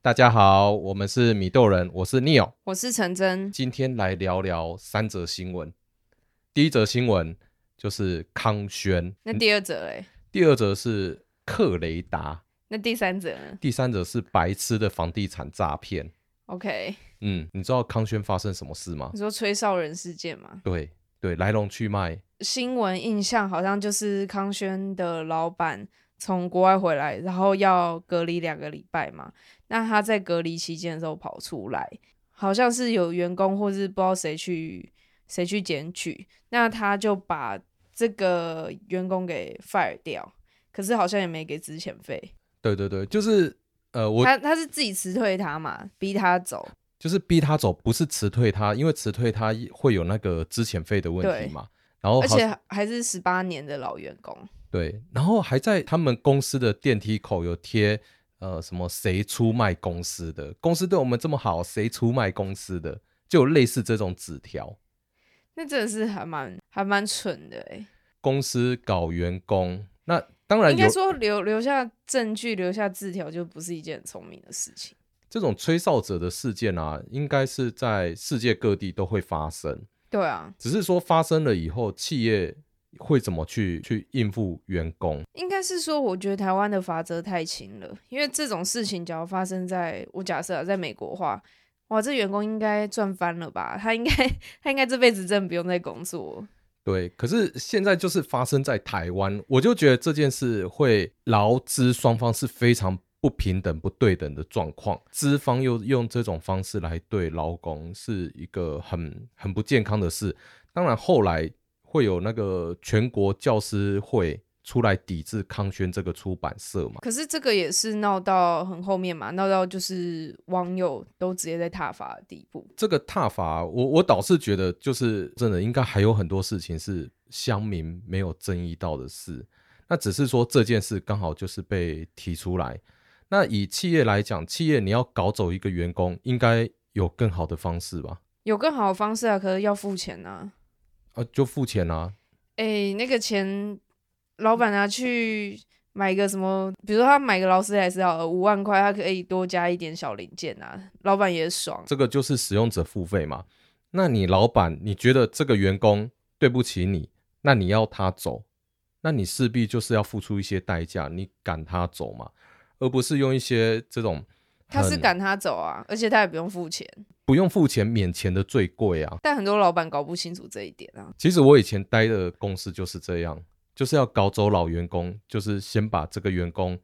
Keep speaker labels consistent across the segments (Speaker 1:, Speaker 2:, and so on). Speaker 1: 大家好，我们是米豆人，我是 Neil，
Speaker 2: 我是陈真。
Speaker 1: 今天来聊聊三则新闻。第一则新闻就是康轩，
Speaker 2: 那第二者嘞？
Speaker 1: 第二则是克雷达，
Speaker 2: 那第三者呢
Speaker 1: 第三则是白痴的房地产诈骗。
Speaker 2: ？OK，
Speaker 1: 嗯，你知道康轩发生什么事吗
Speaker 2: 你？说吹哨人事件嘛？
Speaker 1: 对对，来龙去脉，
Speaker 2: 新闻印象好像就是康轩的老板从国外回来，然后要隔离两个礼拜嘛。那他在隔离期间的时候跑出来，好像是有员工或是不知道谁去谁去检举，那他就把这个员工给 fire 掉，可是好像也没给资遣费。
Speaker 1: 对对对，就是呃，我
Speaker 2: 他他是自己辞退他嘛，逼他走。
Speaker 1: 就是逼他走，不是辞退他，因为辞退他会有那个资遣费的问
Speaker 2: 对
Speaker 1: 题嘛。然后
Speaker 2: 而
Speaker 1: 哦好
Speaker 2: 且还是十八年的老员工。
Speaker 1: 对，然后还在他们公司的电梯口有贴呃什么谁出卖公司的，公司对我们这么好，谁出卖公司的，就有类似这种纸条。
Speaker 2: 那真的是还蛮还蛮蠢的哎、
Speaker 1: 公司搞员工，那当然
Speaker 2: 应
Speaker 1: 有
Speaker 2: 该说留留下证据、留下字条，就不是一件很聪明的事情。
Speaker 1: 这种吹哨者的事件啊，应该是在世界各地都会发生，
Speaker 2: 对啊，
Speaker 1: 只是说发生了以后，企业会怎么去去应付员工。
Speaker 2: 应该是说，我觉得台湾的法则太轻了，因为这种事情，只要发生在我假设、啊、在美国的话，哇，这员工应该赚翻了吧？他应该 他应该这辈子真的不用再工作。
Speaker 1: 对，可是现在就是发生在台湾，我就觉得这件事会劳资双方是非常不平等、不对等的状况，资方又用这种方式来对劳工，是一个很很不健康的事。当然，后来会有那个全国教师会出来抵制康轩这个出版社嘛？
Speaker 2: 可是这个也是闹到很后面嘛，闹到就是网友都直接在挞伐的地步。
Speaker 1: 这个踏法，我我倒是觉得，就是真的应该还有很多事情是乡民没有争议到的事。那只是说这件事刚好就是被提出来。那以企业来讲，企业你要搞走一个员工，应该有更好的方式吧？
Speaker 2: 有更好的方式啊，可是要付钱啊。
Speaker 1: 啊，就付钱啊。
Speaker 2: 哎、那个钱，老板拿去买个什么，比如说他买个劳斯莱斯好了，五万块，他可以多加一点小零件啊，老板也爽。
Speaker 1: 这个就是使用者付费嘛。那你老板，你觉得这个员工对不起你，那你要他走，那你势必就是要付出一些代价，你赶他走嘛，而不是用一些这种
Speaker 2: 他是
Speaker 1: 很
Speaker 2: 赶他走啊，而且他也不用付钱。
Speaker 1: 不用付钱免钱的最贵啊。
Speaker 2: 但很多老板搞不清楚这一点啊。
Speaker 1: 其实我以前待的公司就是这样，就是要搞走老员工，就是先把这个员工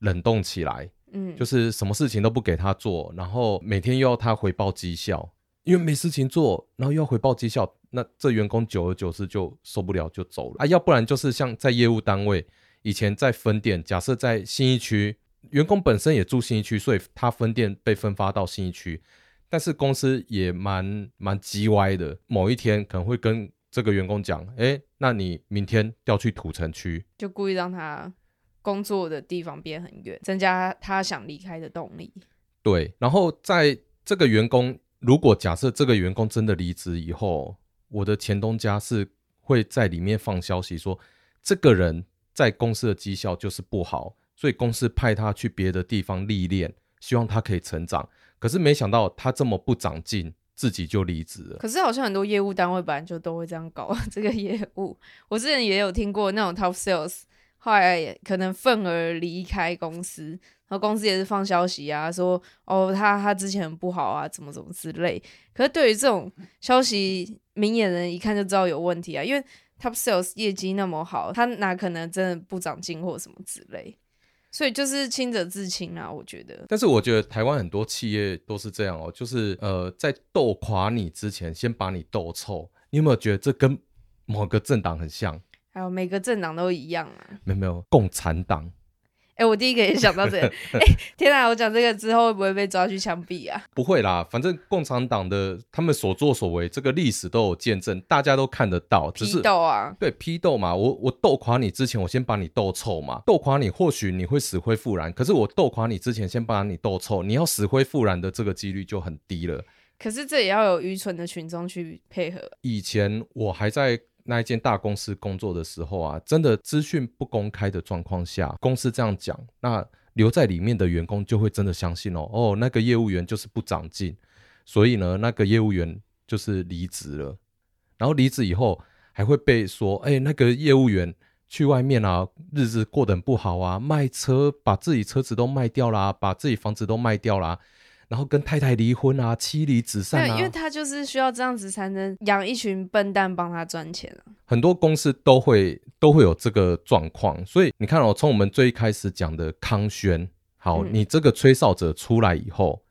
Speaker 1: 冷冻起来，
Speaker 2: 嗯，
Speaker 1: 就是什么事情都不给他做，然后每天又要他回报绩效，因为没事情做，然后又要回报绩效，那这员工久而久之就受不了就走了啊，要不然就是像在业务单位，以前在分店，假设在新一区，员工本身也住新一区，所以他分店被分发到新一区，但是公司也蛮蛮叽歪的，某一天可能会跟这个员工讲，哎，那你明天调去土城区，
Speaker 2: 就故意让他工作的地方变很远，增加他想离开的动力。
Speaker 1: 对，然后在这个员工，如果假设这个员工真的离职以后，我的前东家是会在里面放消息说，这个人在公司的绩效就是不好，所以公司派他去别的地方历练，希望他可以成长。可是没想到他这么不长进，自己就离职了。
Speaker 2: 可是好像很多业务单位本来就都会这样搞 这个业务。我之前也有听过那种 top sales，后来也可能愤而离开公司，然后公司也是放消息啊，说哦他他之前很不好啊，怎么怎么之类。可是对于这种消息，明眼人一看就知道有问题啊，因为 top sales 业绩那么好，他哪可能真的不长进或什么之类。所以就是清者自清啊，我觉得。
Speaker 1: 但是我觉得台湾很多企业都是这样哦，就是呃，在斗垮你之前，先把你斗臭。你有没有觉得这跟某个政党很像？
Speaker 2: 还有每个政党都一样啊。
Speaker 1: 没有没有，共产党。
Speaker 2: 哎、我第一个也想到这个。哎、天啊！我讲这个之后会不会被抓去枪毙啊？
Speaker 1: 不会啦，反正共产党的他们所作所为，这个历史都有见证，大家都看得到。只
Speaker 2: 批
Speaker 1: 是
Speaker 2: 斗啊！
Speaker 1: 对批斗嘛，我我斗垮你之前，我先把你斗臭嘛。斗垮你，或许你会死灰复燃，可是我斗垮你之前，先把你斗臭，你要死灰复燃的这个几率就很低了。
Speaker 2: 可是这也要有愚蠢的群众去配合。
Speaker 1: 以前我还在那一间大公司工作的时候啊，真的资讯不公开的状况下，公司这样讲，那留在里面的员工就会真的相信哦，哦，那个业务员就是不长进，所以呢，那个业务员就是离职了。然后离职以后还会被说，哎，那个业务员去外面啊，日子过得很不好啊，卖车把自己车子都卖掉啦，把自己房子都卖掉啦，然后跟太太离婚啊，妻离子
Speaker 2: 没
Speaker 1: 散
Speaker 2: 有，因为
Speaker 1: 啊，
Speaker 2: 他就是需要这样子才能养一群笨蛋帮他赚钱啊。
Speaker 1: 很多公司都会都会有这个状况。所以你看哦，从我们最一开始讲的康轩，好，
Speaker 2: 嗯
Speaker 1: 你这个吹哨者出来以后，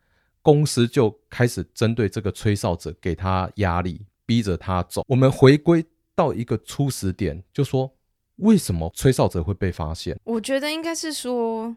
Speaker 1: 公司就开始针对这个吹哨者给他压力，逼着他走。我们回归到一个初始点，就说为什么吹哨者会被发现？
Speaker 2: 我觉得应该是说，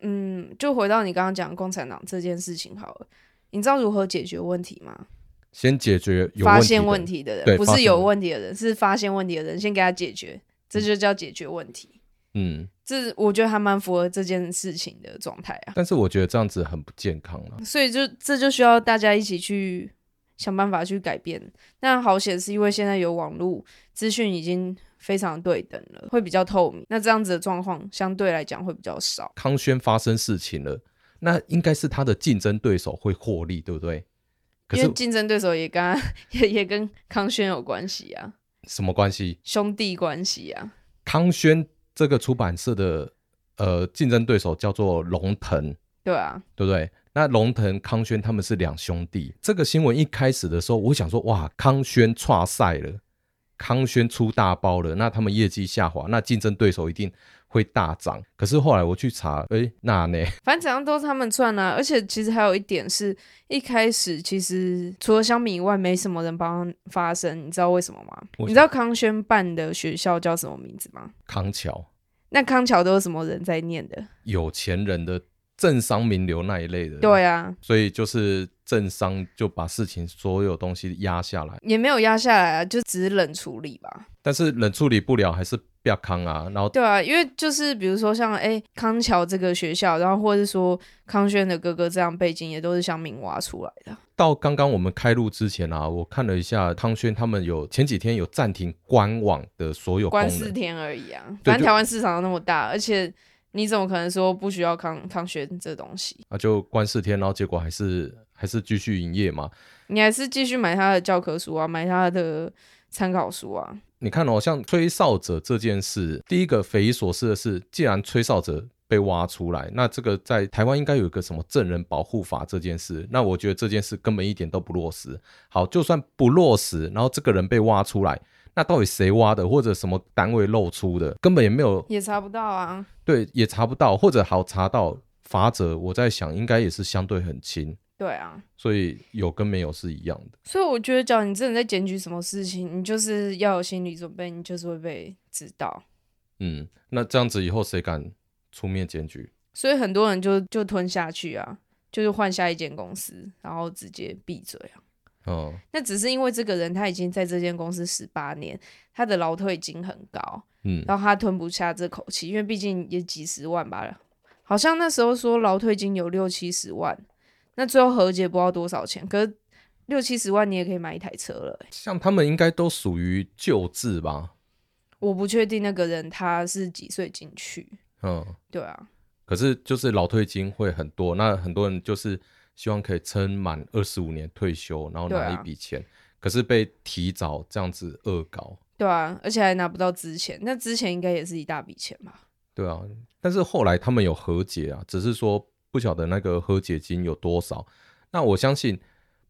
Speaker 2: 嗯，就回到你刚刚讲共产党这件事情好了。你知道如何解决问题吗？
Speaker 1: 先解决有
Speaker 2: 发
Speaker 1: 问题
Speaker 2: 现
Speaker 1: 的
Speaker 2: 问题的人，
Speaker 1: 对
Speaker 2: 不
Speaker 1: 发
Speaker 2: 是
Speaker 1: 现
Speaker 2: 有
Speaker 1: 问
Speaker 2: 问题的人，是发现问题的人，先给他解决，这就叫解决问题。
Speaker 1: 嗯，
Speaker 2: 这我觉得还蛮符合这件事情的状态啊。
Speaker 1: 但是我觉得这样子很不健康啊了。
Speaker 2: 所以就这就需要大家一起去想办法去改变。那好险是因为现在有网络资讯已经非常对等了，会比较透明。那这样子的状况相对来讲会比较少。
Speaker 1: 康轩发生事情了，那应该是他的竞争对手会获利，对不对？可
Speaker 2: 因为
Speaker 1: 是
Speaker 2: 竞争对手也跟他 也也跟康轩有关系啊，
Speaker 1: 什么关系？
Speaker 2: 兄弟关系啊，
Speaker 1: 康轩这个出版社的呃竞争对手叫做龙腾，
Speaker 2: 对啊，
Speaker 1: 对不对？那龙腾、康轩他们是两兄弟。这个新闻一开始的时候，我想说，哇，康轩岔赛了，康轩出大包了，那他们业绩下滑，那竞争对手一定会大涨。可是后来我去查，诶，那呢？
Speaker 2: 反正怎样都是他们赚啊。而且其实还有一点是，一开始其实除了香米以外，没什么人帮他发声，你知道为什么吗？
Speaker 1: 为什么
Speaker 2: 你知道康轩办的学校叫什么名字吗？
Speaker 1: 康桥
Speaker 2: 那康桥都有什么人在念的？
Speaker 1: 有钱人的政商名流那一类的，
Speaker 2: 对啊，
Speaker 1: 所以就是政商就把事情所有东西压下来，
Speaker 2: 也没有压下来啊，就只是冷处理吧。
Speaker 1: 但是冷处理不了，还是不要康啊。然后
Speaker 2: 对啊，因为就是比如说像哎、康桥这个学校，然后或者是说康轩的哥哥这样背景，也都是乡民挖出来的。
Speaker 1: 到刚刚我们开录之前啊，我看了一下康轩他们有前几天有暂停官网的所有功
Speaker 2: 关四
Speaker 1: 能，
Speaker 2: 天而已啊，
Speaker 1: 对
Speaker 2: 反正
Speaker 1: 就
Speaker 2: 台湾市场那么大，而且你怎么可能说不需要康康轩这东西？
Speaker 1: 啊就关四天，然后结果还是还是继续营业嘛。
Speaker 2: 你还是继续买他的教科书啊，买他的参考书啊。
Speaker 1: 你看哦，像吹哨者这件事，第一个匪夷所思的是，既然吹哨者被挖出来，那这个在台湾应该有一个什么证人保护法这件事，那我觉得这件事根本一点都不落实。好，就算不落实，然后这个人被挖出来，那到底谁挖的，或者什么单位露出的，根本也没有
Speaker 2: 也查不到啊，
Speaker 1: 对，也查不到，或者好查到罚则，我在想应该也是相对很轻，
Speaker 2: 对啊，
Speaker 1: 所以有跟没有是一样的。
Speaker 2: 所以我觉得，假如你真的在检举什么事情，你就是要有心理准备，你就是会被知道。
Speaker 1: 嗯，那这样子以后谁敢出面检举？
Speaker 2: 所以很多人就就吞下去啊，就是换下一间公司，然后直接闭嘴啊。
Speaker 1: 嗯
Speaker 2: 那只是因为这个人他已经在这间公司十八年，他的劳退金很高，
Speaker 1: 嗯，
Speaker 2: 然后他吞不下这口气，因为毕竟也几十万吧了，好像那时候说劳退金有六七十万，那最后和解不知道多少钱，可是六七十万你也可以买一台车了欸、
Speaker 1: 像他们应该都属于救治吧？
Speaker 2: 我不确定那个人他是几岁进去，
Speaker 1: 嗯，
Speaker 2: 对啊，
Speaker 1: 可是就是老退金会很多，那很多人就是希望可以撑满二十五年退休，然后
Speaker 2: 对
Speaker 1: 拿
Speaker 2: 啊
Speaker 1: 一笔钱，可是被提早这样子恶搞。
Speaker 2: 对啊，而且还拿不到之前，那之前应该也是一大笔钱吧？
Speaker 1: 对啊，但是后来他们有和解啊，只是说不晓得那个和解金有多少。那我相信，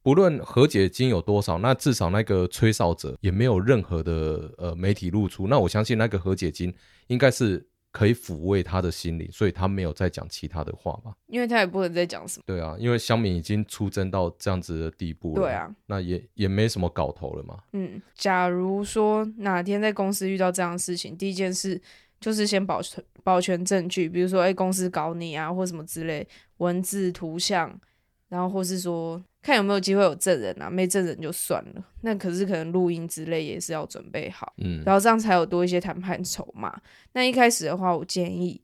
Speaker 1: 不论和解金有多少，那至少那个吹哨者也没有任何的呃媒体露出。那我相信那个和解金应该是可以抚慰他的心理，所以他没有再讲其他的话吧？
Speaker 2: 因为他也不能再讲什么。
Speaker 1: 对啊，因为乡民已经出征到这样子的地步了，
Speaker 2: 对啊，
Speaker 1: 那也也没什么搞头了嘛。
Speaker 2: 嗯，假如说哪天在公司遇到这样的事情，第一件事就是先保存保全证据，比如说哎、公司搞你啊，或什么之类，文字、图像，然后或是说看有没有机会有证人啊，没证人就算了。那可是可能录音之类也是要准备好。
Speaker 1: 嗯，
Speaker 2: 然后这样才有多一些谈判筹码。那一开始的话，我建议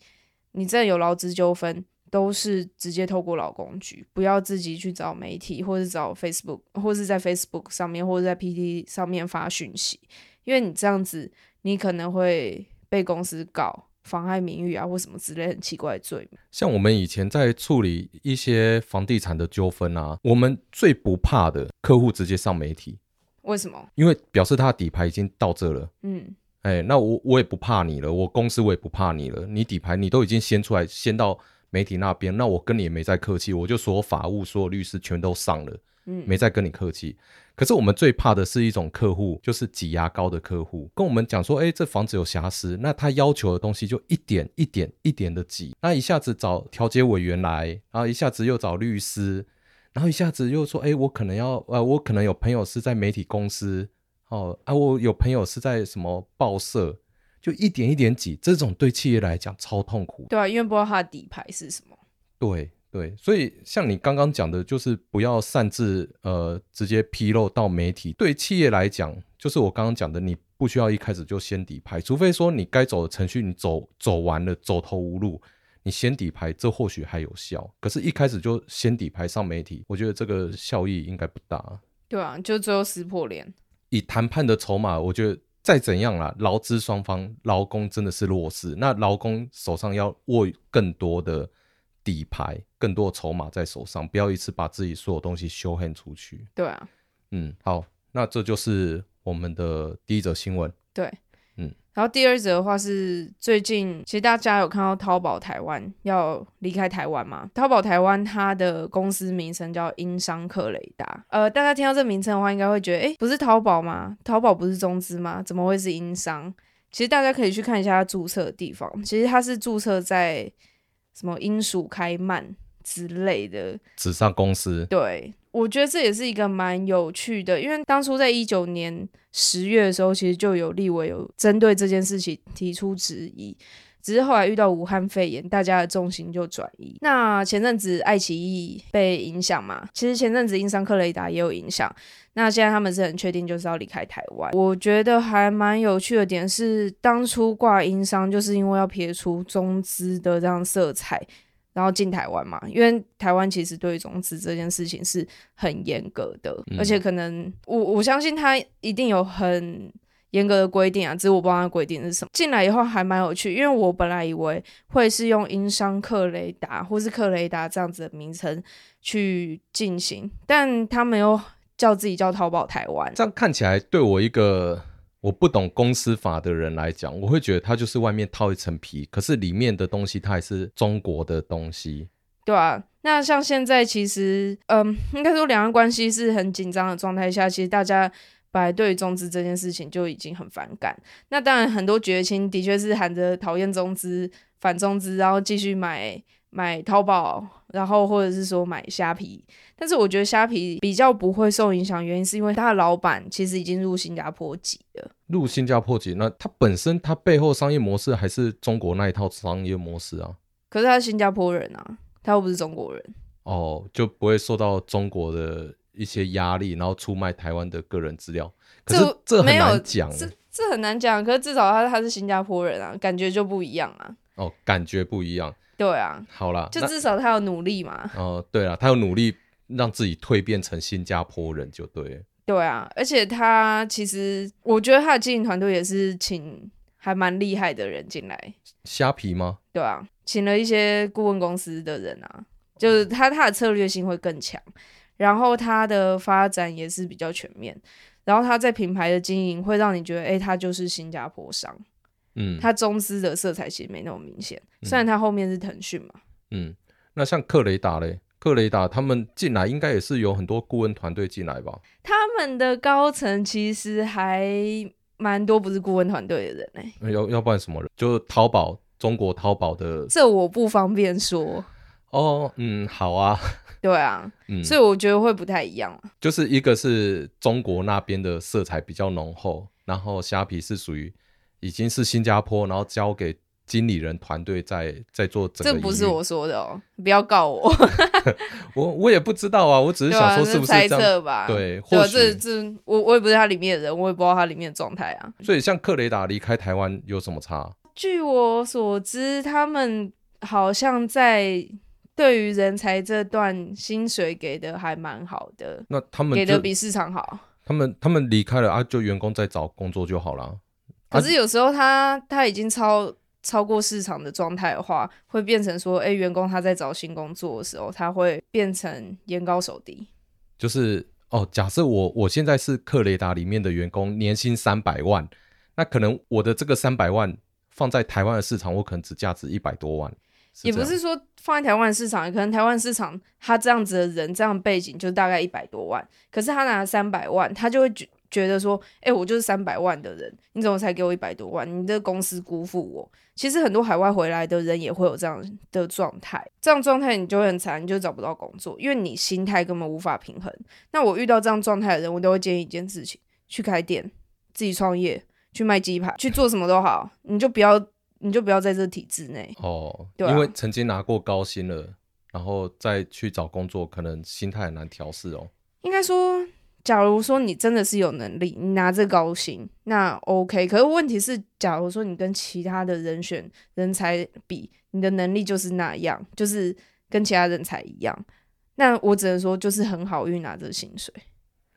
Speaker 2: 你真的有劳资纠纷，都是直接透过劳工局，不要自己去找媒体，或是找 Facebook，或是在 Facebook 上面，或者在 PT 上面发讯息，因为你这样子，你可能会被公司告，妨害名誉啊或什么之类很奇怪的罪名。
Speaker 1: 像我们以前在处理一些房地产的纠纷啊，我们最不怕的客户直接上媒体，
Speaker 2: 为什么？
Speaker 1: 因为表示他的底牌已经到这了。
Speaker 2: 嗯，
Speaker 1: 哎，那我我也不怕你了，我公司我也不怕你了，你底牌你都已经掀出来，掀到媒体那边，那我跟你也没再客气，我就所有法务、所有律师全都上了，
Speaker 2: 嗯
Speaker 1: 没再跟你客气。可是我们最怕的是一种客户，就是挤牙膏的客户，跟我们讲说，哎，这房子有瑕疵，那他要求的东西就一点一点一点的挤，那一下子找调解委员来，然后一下子又找律师，然后一下子又说，哎，我可能要，呃，我可能有朋友是在媒体公司，哦，啊，我有朋友是在什么报社，就一点一点挤，这种对企业来讲超痛苦。
Speaker 2: 对啊，因为不知道他的底牌是什么。
Speaker 1: 对对，所以像你刚刚讲的，就是不要擅自呃直接披露到媒体。对企业来讲，就是我刚刚讲的，你不需要一开始就先底牌，除非说你该走的程序你走走完了，走投无路。你先底牌，这或许还有效。可是，一开始就先底牌上媒体，我觉得这个效益应该不大。
Speaker 2: 对啊，就最后撕破脸。
Speaker 1: 以谈判的筹码，我觉得再怎样啦，劳资双方劳工真的是弱势，那劳工手上要握更多的底牌，更多的筹码在手上，不要一次把自己所有东西修 h 出去。
Speaker 2: 对啊，
Speaker 1: 嗯，好，那这就是我们的第一则新闻。
Speaker 2: 对，
Speaker 1: 嗯。
Speaker 2: 然后第二则的话是最近，其实大家有看到淘宝台湾要离开台湾嘛？淘宝台湾它的公司名称叫英商克雷达。呃，大家听到这名称的话，应该会觉得，诶，不是淘宝吗？淘宝不是中资吗？怎么会是英商？其实大家可以去看一下它注册的地方，其实它是注册在什么英属开曼之类的
Speaker 1: 纸上公司，
Speaker 2: 对，我觉得这也是一个蛮有趣的，因为当初在一九年十月的时候，其实就有立委有针对这件事情提出质疑。只是后来遇到武汉肺炎，大家的重心就转移。那前阵子爱奇艺被影响嘛，其实前阵子英商克雷达也有影响。那现在他们是很确定就是要离开台湾。我觉得还蛮有趣的点是，当初挂英商就是因为要撇除中资的这样色彩，然后进台湾嘛，因为台湾其实对于种子这件事情是很严格的，
Speaker 1: 嗯
Speaker 2: 而且可能我我相信他一定有很严格的规定啊，只是我不知道他规定是什么。进来以后还蛮有趣，因为我本来以为会是用英商克雷达或是克雷达这样子的名称去进行，但他们又叫自己叫淘宝台湾，
Speaker 1: 这样看起来对我一个我不懂公司法的人来讲，我会觉得它就是外面套一层皮，可是里面的东西它还是中国的东西。
Speaker 2: 对啊，那像现在其实，嗯，应该说两岸关系是很紧张的状态下，其实大家本来对于中资这件事情就已经很反感。那当然，很多绝亲的确是喊着讨厌中资、反中资，然后继续买买淘宝，然后或者是说买虾皮。但是我觉得虾皮比较不会受影响，原因是因为它的老板其实已经入新加坡籍了。
Speaker 1: 入新加坡籍，那它本身它背后商业模式还是中国那一套商业模式啊，
Speaker 2: 可是他是新加坡人啊，他又不是中国人。
Speaker 1: 哦，就不会受到中国的一些压力，然后出卖台湾的个人资料。可是
Speaker 2: 这
Speaker 1: 这很
Speaker 2: 没有
Speaker 1: 难讲
Speaker 2: 这这很难讲，可是至少他他是新加坡人啊，感觉就不一样啊。
Speaker 1: 哦，感觉不一样。
Speaker 2: 对啊，
Speaker 1: 好啦，
Speaker 2: 就至少他有努力嘛。
Speaker 1: 那哦，对了，他有努力让自己蜕变成新加坡人，就对了。
Speaker 2: 对啊，而且他其实我觉得他的经营团队也是请还蛮厉害的人进来，
Speaker 1: 虾皮吗？
Speaker 2: 对啊，请了一些顾问公司的人啊，就是他他的策略性会更强，然后他的发展也是比较全面，然后他在品牌的经营会让你觉得，诶，他就是新加坡商，
Speaker 1: 嗯，
Speaker 2: 他中资的色彩其实没那么明显，
Speaker 1: 嗯
Speaker 2: 虽然他后面是腾讯嘛。
Speaker 1: 嗯，那像克雷达嘞，克雷达他们进来应该也是有很多顾问团队进来吧？
Speaker 2: 他们的高层其实还蛮多不是顾问团队的人哎、
Speaker 1: 呃要要不然什么人？就是淘宝中国淘宝的
Speaker 2: 这我不方便说。
Speaker 1: 哦，嗯，好啊，
Speaker 2: 对啊，
Speaker 1: 嗯，
Speaker 2: 所以我觉得会不太一样。
Speaker 1: 就是一个是中国那边的色彩比较浓厚，然后虾皮是属于已经是新加坡，然后交给经理人团队在在做整个
Speaker 2: 这
Speaker 1: 营运。
Speaker 2: 不是我说的哦，不要告我。
Speaker 1: 我我也不知道啊，我只是
Speaker 2: 对
Speaker 1: 想
Speaker 2: 啊，
Speaker 1: 说
Speaker 2: 这
Speaker 1: 是不是
Speaker 2: 猜
Speaker 1: 这样？
Speaker 2: 测吧？
Speaker 1: 对
Speaker 2: 对啊，
Speaker 1: 或许
Speaker 2: 这这我我也不是他里面的人，我也不知道他里面的状态啊。
Speaker 1: 所以像克雷达离开台湾有什么差？
Speaker 2: 据我所知，他们好像在对于人才这段薪水给的还蛮好的，
Speaker 1: 那他们
Speaker 2: 给的
Speaker 1: 就
Speaker 2: 比市场好。
Speaker 1: 他们他们离开了啊，就员工再找工作就好了。
Speaker 2: 可是有时候他他已经超超过市场的状态的话，会变成说，哎、员工他在找新工作的时候，他会变成眼高手低。
Speaker 1: 就是哦，假设我我现在是克雷达里面的员工，年薪三百万，那可能我的这个三百万放在台湾的市场，我可能只价值一百多万，
Speaker 2: 也
Speaker 1: 这
Speaker 2: 不
Speaker 1: 样
Speaker 2: 是说放在台湾市场，可能台湾市场他这样子的人，这样背景就大概一百多万，可是他拿三百万，他就会觉觉得说，哎、我就是三百万的人，你怎么才给我一百多万？你这个公司辜负我。其实很多海外回来的人也会有这样的状态，这样状态你就会很惨，你就找不到工作，因为你心态根本无法平衡。那我遇到这样状态的人，我都会建议一件事情：去开店，自己创业，去卖鸡排，去做什么都好，你就不要，你就不要在这体制内。
Speaker 1: 哦，
Speaker 2: 对啊
Speaker 1: 因为曾经拿过高薪了，然后再去找工作，可能心态很难调试哦。
Speaker 2: 应该说，假如说你真的是有能力，你拿这高薪，那 OK。可是问题是，假如说你跟其他的人选人才比，你的能力就是那样，就是跟其他人才一样，那我只能说就是很好运拿着薪水。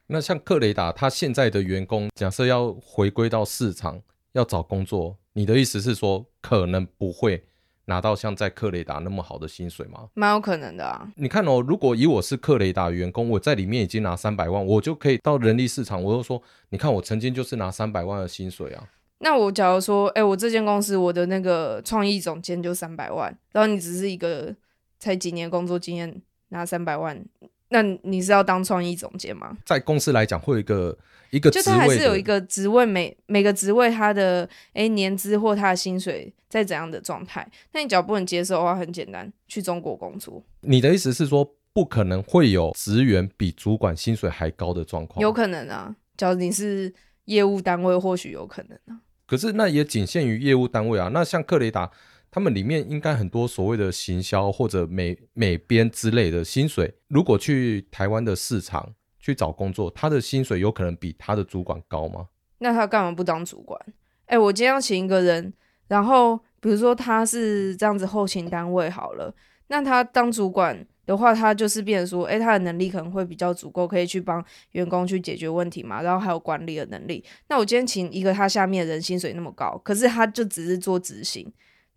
Speaker 1: 那像克雷达，他现在的员工，假设要回归到市场，要找工作，你的意思是说，可能不会拿到像在克雷达那么好的薪水吗？
Speaker 2: 蛮有可能的啊，
Speaker 1: 你看哦，如果以我是克雷达员工，我在里面已经拿三百万，我就可以到人力市场，我就说，你看我曾经就是拿三百万的薪水啊，
Speaker 2: 那我假如说，哎、我这间公司我的那个创意总监就三百万，然后你只是一个才几年工作经验拿三百万，那你是要当创意总监吗？
Speaker 1: 在公司来讲会有一个一 个
Speaker 2: 就
Speaker 1: 职
Speaker 2: 他还
Speaker 1: 位
Speaker 2: 是有
Speaker 1: 的
Speaker 2: 一个职位，每每个职位他的诶年资或他的薪水在怎样的状态。那你只要不能接受的话，很简单，去中国工作，
Speaker 1: 你的意思是说，不可能会有职员比主管薪水还高的状况？
Speaker 2: 有可能啊。假如你是业务单位，或许有可能啊。
Speaker 1: 可是那也仅限于业务单位啊。那像克雷达，他们里面应该很多所谓的行销或者美美编之类的薪水，如果去台湾的市场去找工作，他的薪水有可能比他的主管高吗？
Speaker 2: 那他干嘛不当主管？诶，我今天要请一个人，然后比如说他是这样子后勤单位好了，那他当主管。的话，他就是变成说，诶，他的能力可能会比较足够，可以去帮员工去解决问题嘛，然后还有管理的能力。那我今天请一个他下面的人薪水那么高，可是他就只是做执行，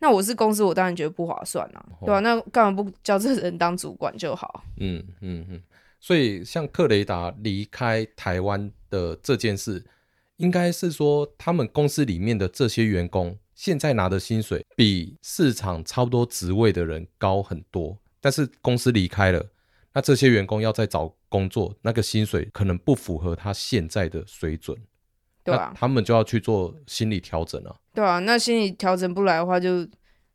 Speaker 2: 那我是公司，我当然觉得不划算啊，对吧、
Speaker 1: 哦
Speaker 2: 那干嘛不叫这人当主管就好？
Speaker 1: 嗯嗯嗯。所以像克雷达离开台湾的这件事，应该是说他们公司里面的这些员工现在拿的薪水比市场差不多职位的人高很多，但是公司离开了，那这些员工要再找工作，那个薪水可能不符合他现在的水准，
Speaker 2: 对
Speaker 1: 那
Speaker 2: 啊，
Speaker 1: 他们就要去做心理调整啊。
Speaker 2: 对啊，那心理调整不来的话就，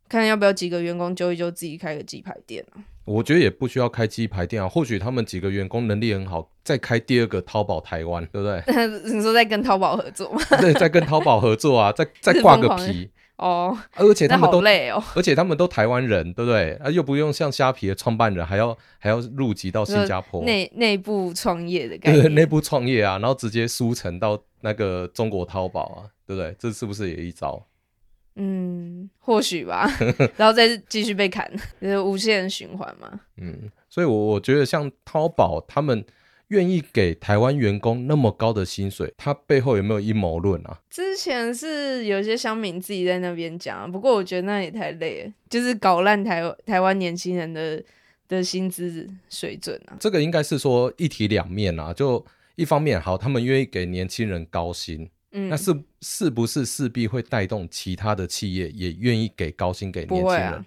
Speaker 2: 看要不要几个员工揪一揪，自己开个鸡排店啊。
Speaker 1: 我觉得也不需要开鸡排店啊，或许他们几个员工能力很好，再开第二个淘宝台湾，对不对？
Speaker 2: 你说在跟淘宝 合作吗？
Speaker 1: 对，在跟淘宝合作啊， 再再
Speaker 2: 是
Speaker 1: 挂
Speaker 2: 疯
Speaker 1: 个
Speaker 2: 狂的
Speaker 1: 皮，
Speaker 2: 哦，
Speaker 1: 而且他
Speaker 2: 那
Speaker 1: 们
Speaker 2: 好
Speaker 1: 都，
Speaker 2: 累哦。
Speaker 1: 而且他们都台湾人，对不对？啊，又不用像虾皮的创办人还要还要入籍到新加坡，
Speaker 2: 内内部创业的概
Speaker 1: 对内
Speaker 2: 念，
Speaker 1: 部创业啊，然后直接输成到那个中国淘宝啊，对不对？这是不是也一招？
Speaker 2: 嗯，或 许吧，然后再继续被砍， 就是无限循环嘛。
Speaker 1: 嗯，所以我，我觉得像淘宝他们愿意给台湾员工那么高的薪水，他背后有没有阴谋论啊？
Speaker 2: 之前是有些乡民自己在那边讲啊，不过我觉得那也太累了，就是搞烂台台湾年轻人的的薪资水准啊。
Speaker 1: 这个应该是说一体两面啊，就一方面好，他们愿意给年轻人高薪。
Speaker 2: 嗯，
Speaker 1: 那是是不是势必会带动其他的企业也愿意给高薪给年
Speaker 2: 不
Speaker 1: 轻
Speaker 2: 会
Speaker 1: 人？
Speaker 2: 啊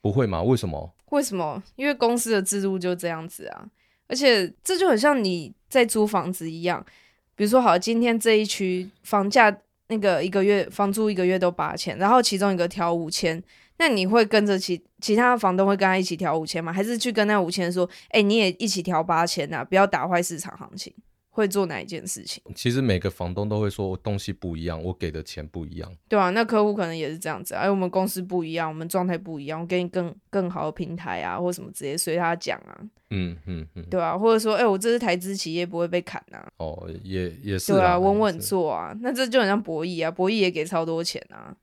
Speaker 1: 不会吗？为什么？
Speaker 2: 为什么？因为公司的制度就这样子啊，而且这就很像你在租房子一样。比如说，好，今天这一区房价那个一个月房租一个月都八千，然后其中一个调五千，那你会跟着其其他的房东会跟他一起调五千吗？还是去跟那五千说，哎、你也一起调八千啊，不要打坏市场行情？会做哪一件事情？
Speaker 1: 其实每个房东都会说我东西不一样，我给的钱不一样。
Speaker 2: 对啊，那客户可能也是这样子啊，哎，我们公司不一样，我们状态不一样，我给你更更好的平台啊，或什么直接随他讲啊。
Speaker 1: 嗯嗯嗯，
Speaker 2: 对啊，或者说，哎、我这是台资企业，不会被砍啊，
Speaker 1: 哦，也也是
Speaker 2: 对啊，
Speaker 1: 也
Speaker 2: 稳稳
Speaker 1: 是
Speaker 2: 做啊，那这就很像博弈啊，博弈也给超多钱啊，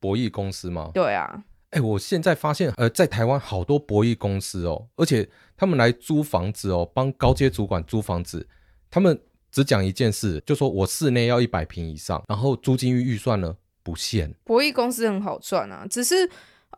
Speaker 1: 博弈公司嘛。
Speaker 2: 对啊，
Speaker 1: 哎、我现在发现，呃，在台湾好多博弈公司哦，而且他们来租房子哦，帮高阶主管租房子，他们只讲一件事，就说我室内要一百平以上，然后租金预算呢不限。
Speaker 2: 博弈公司很好赚啊，只是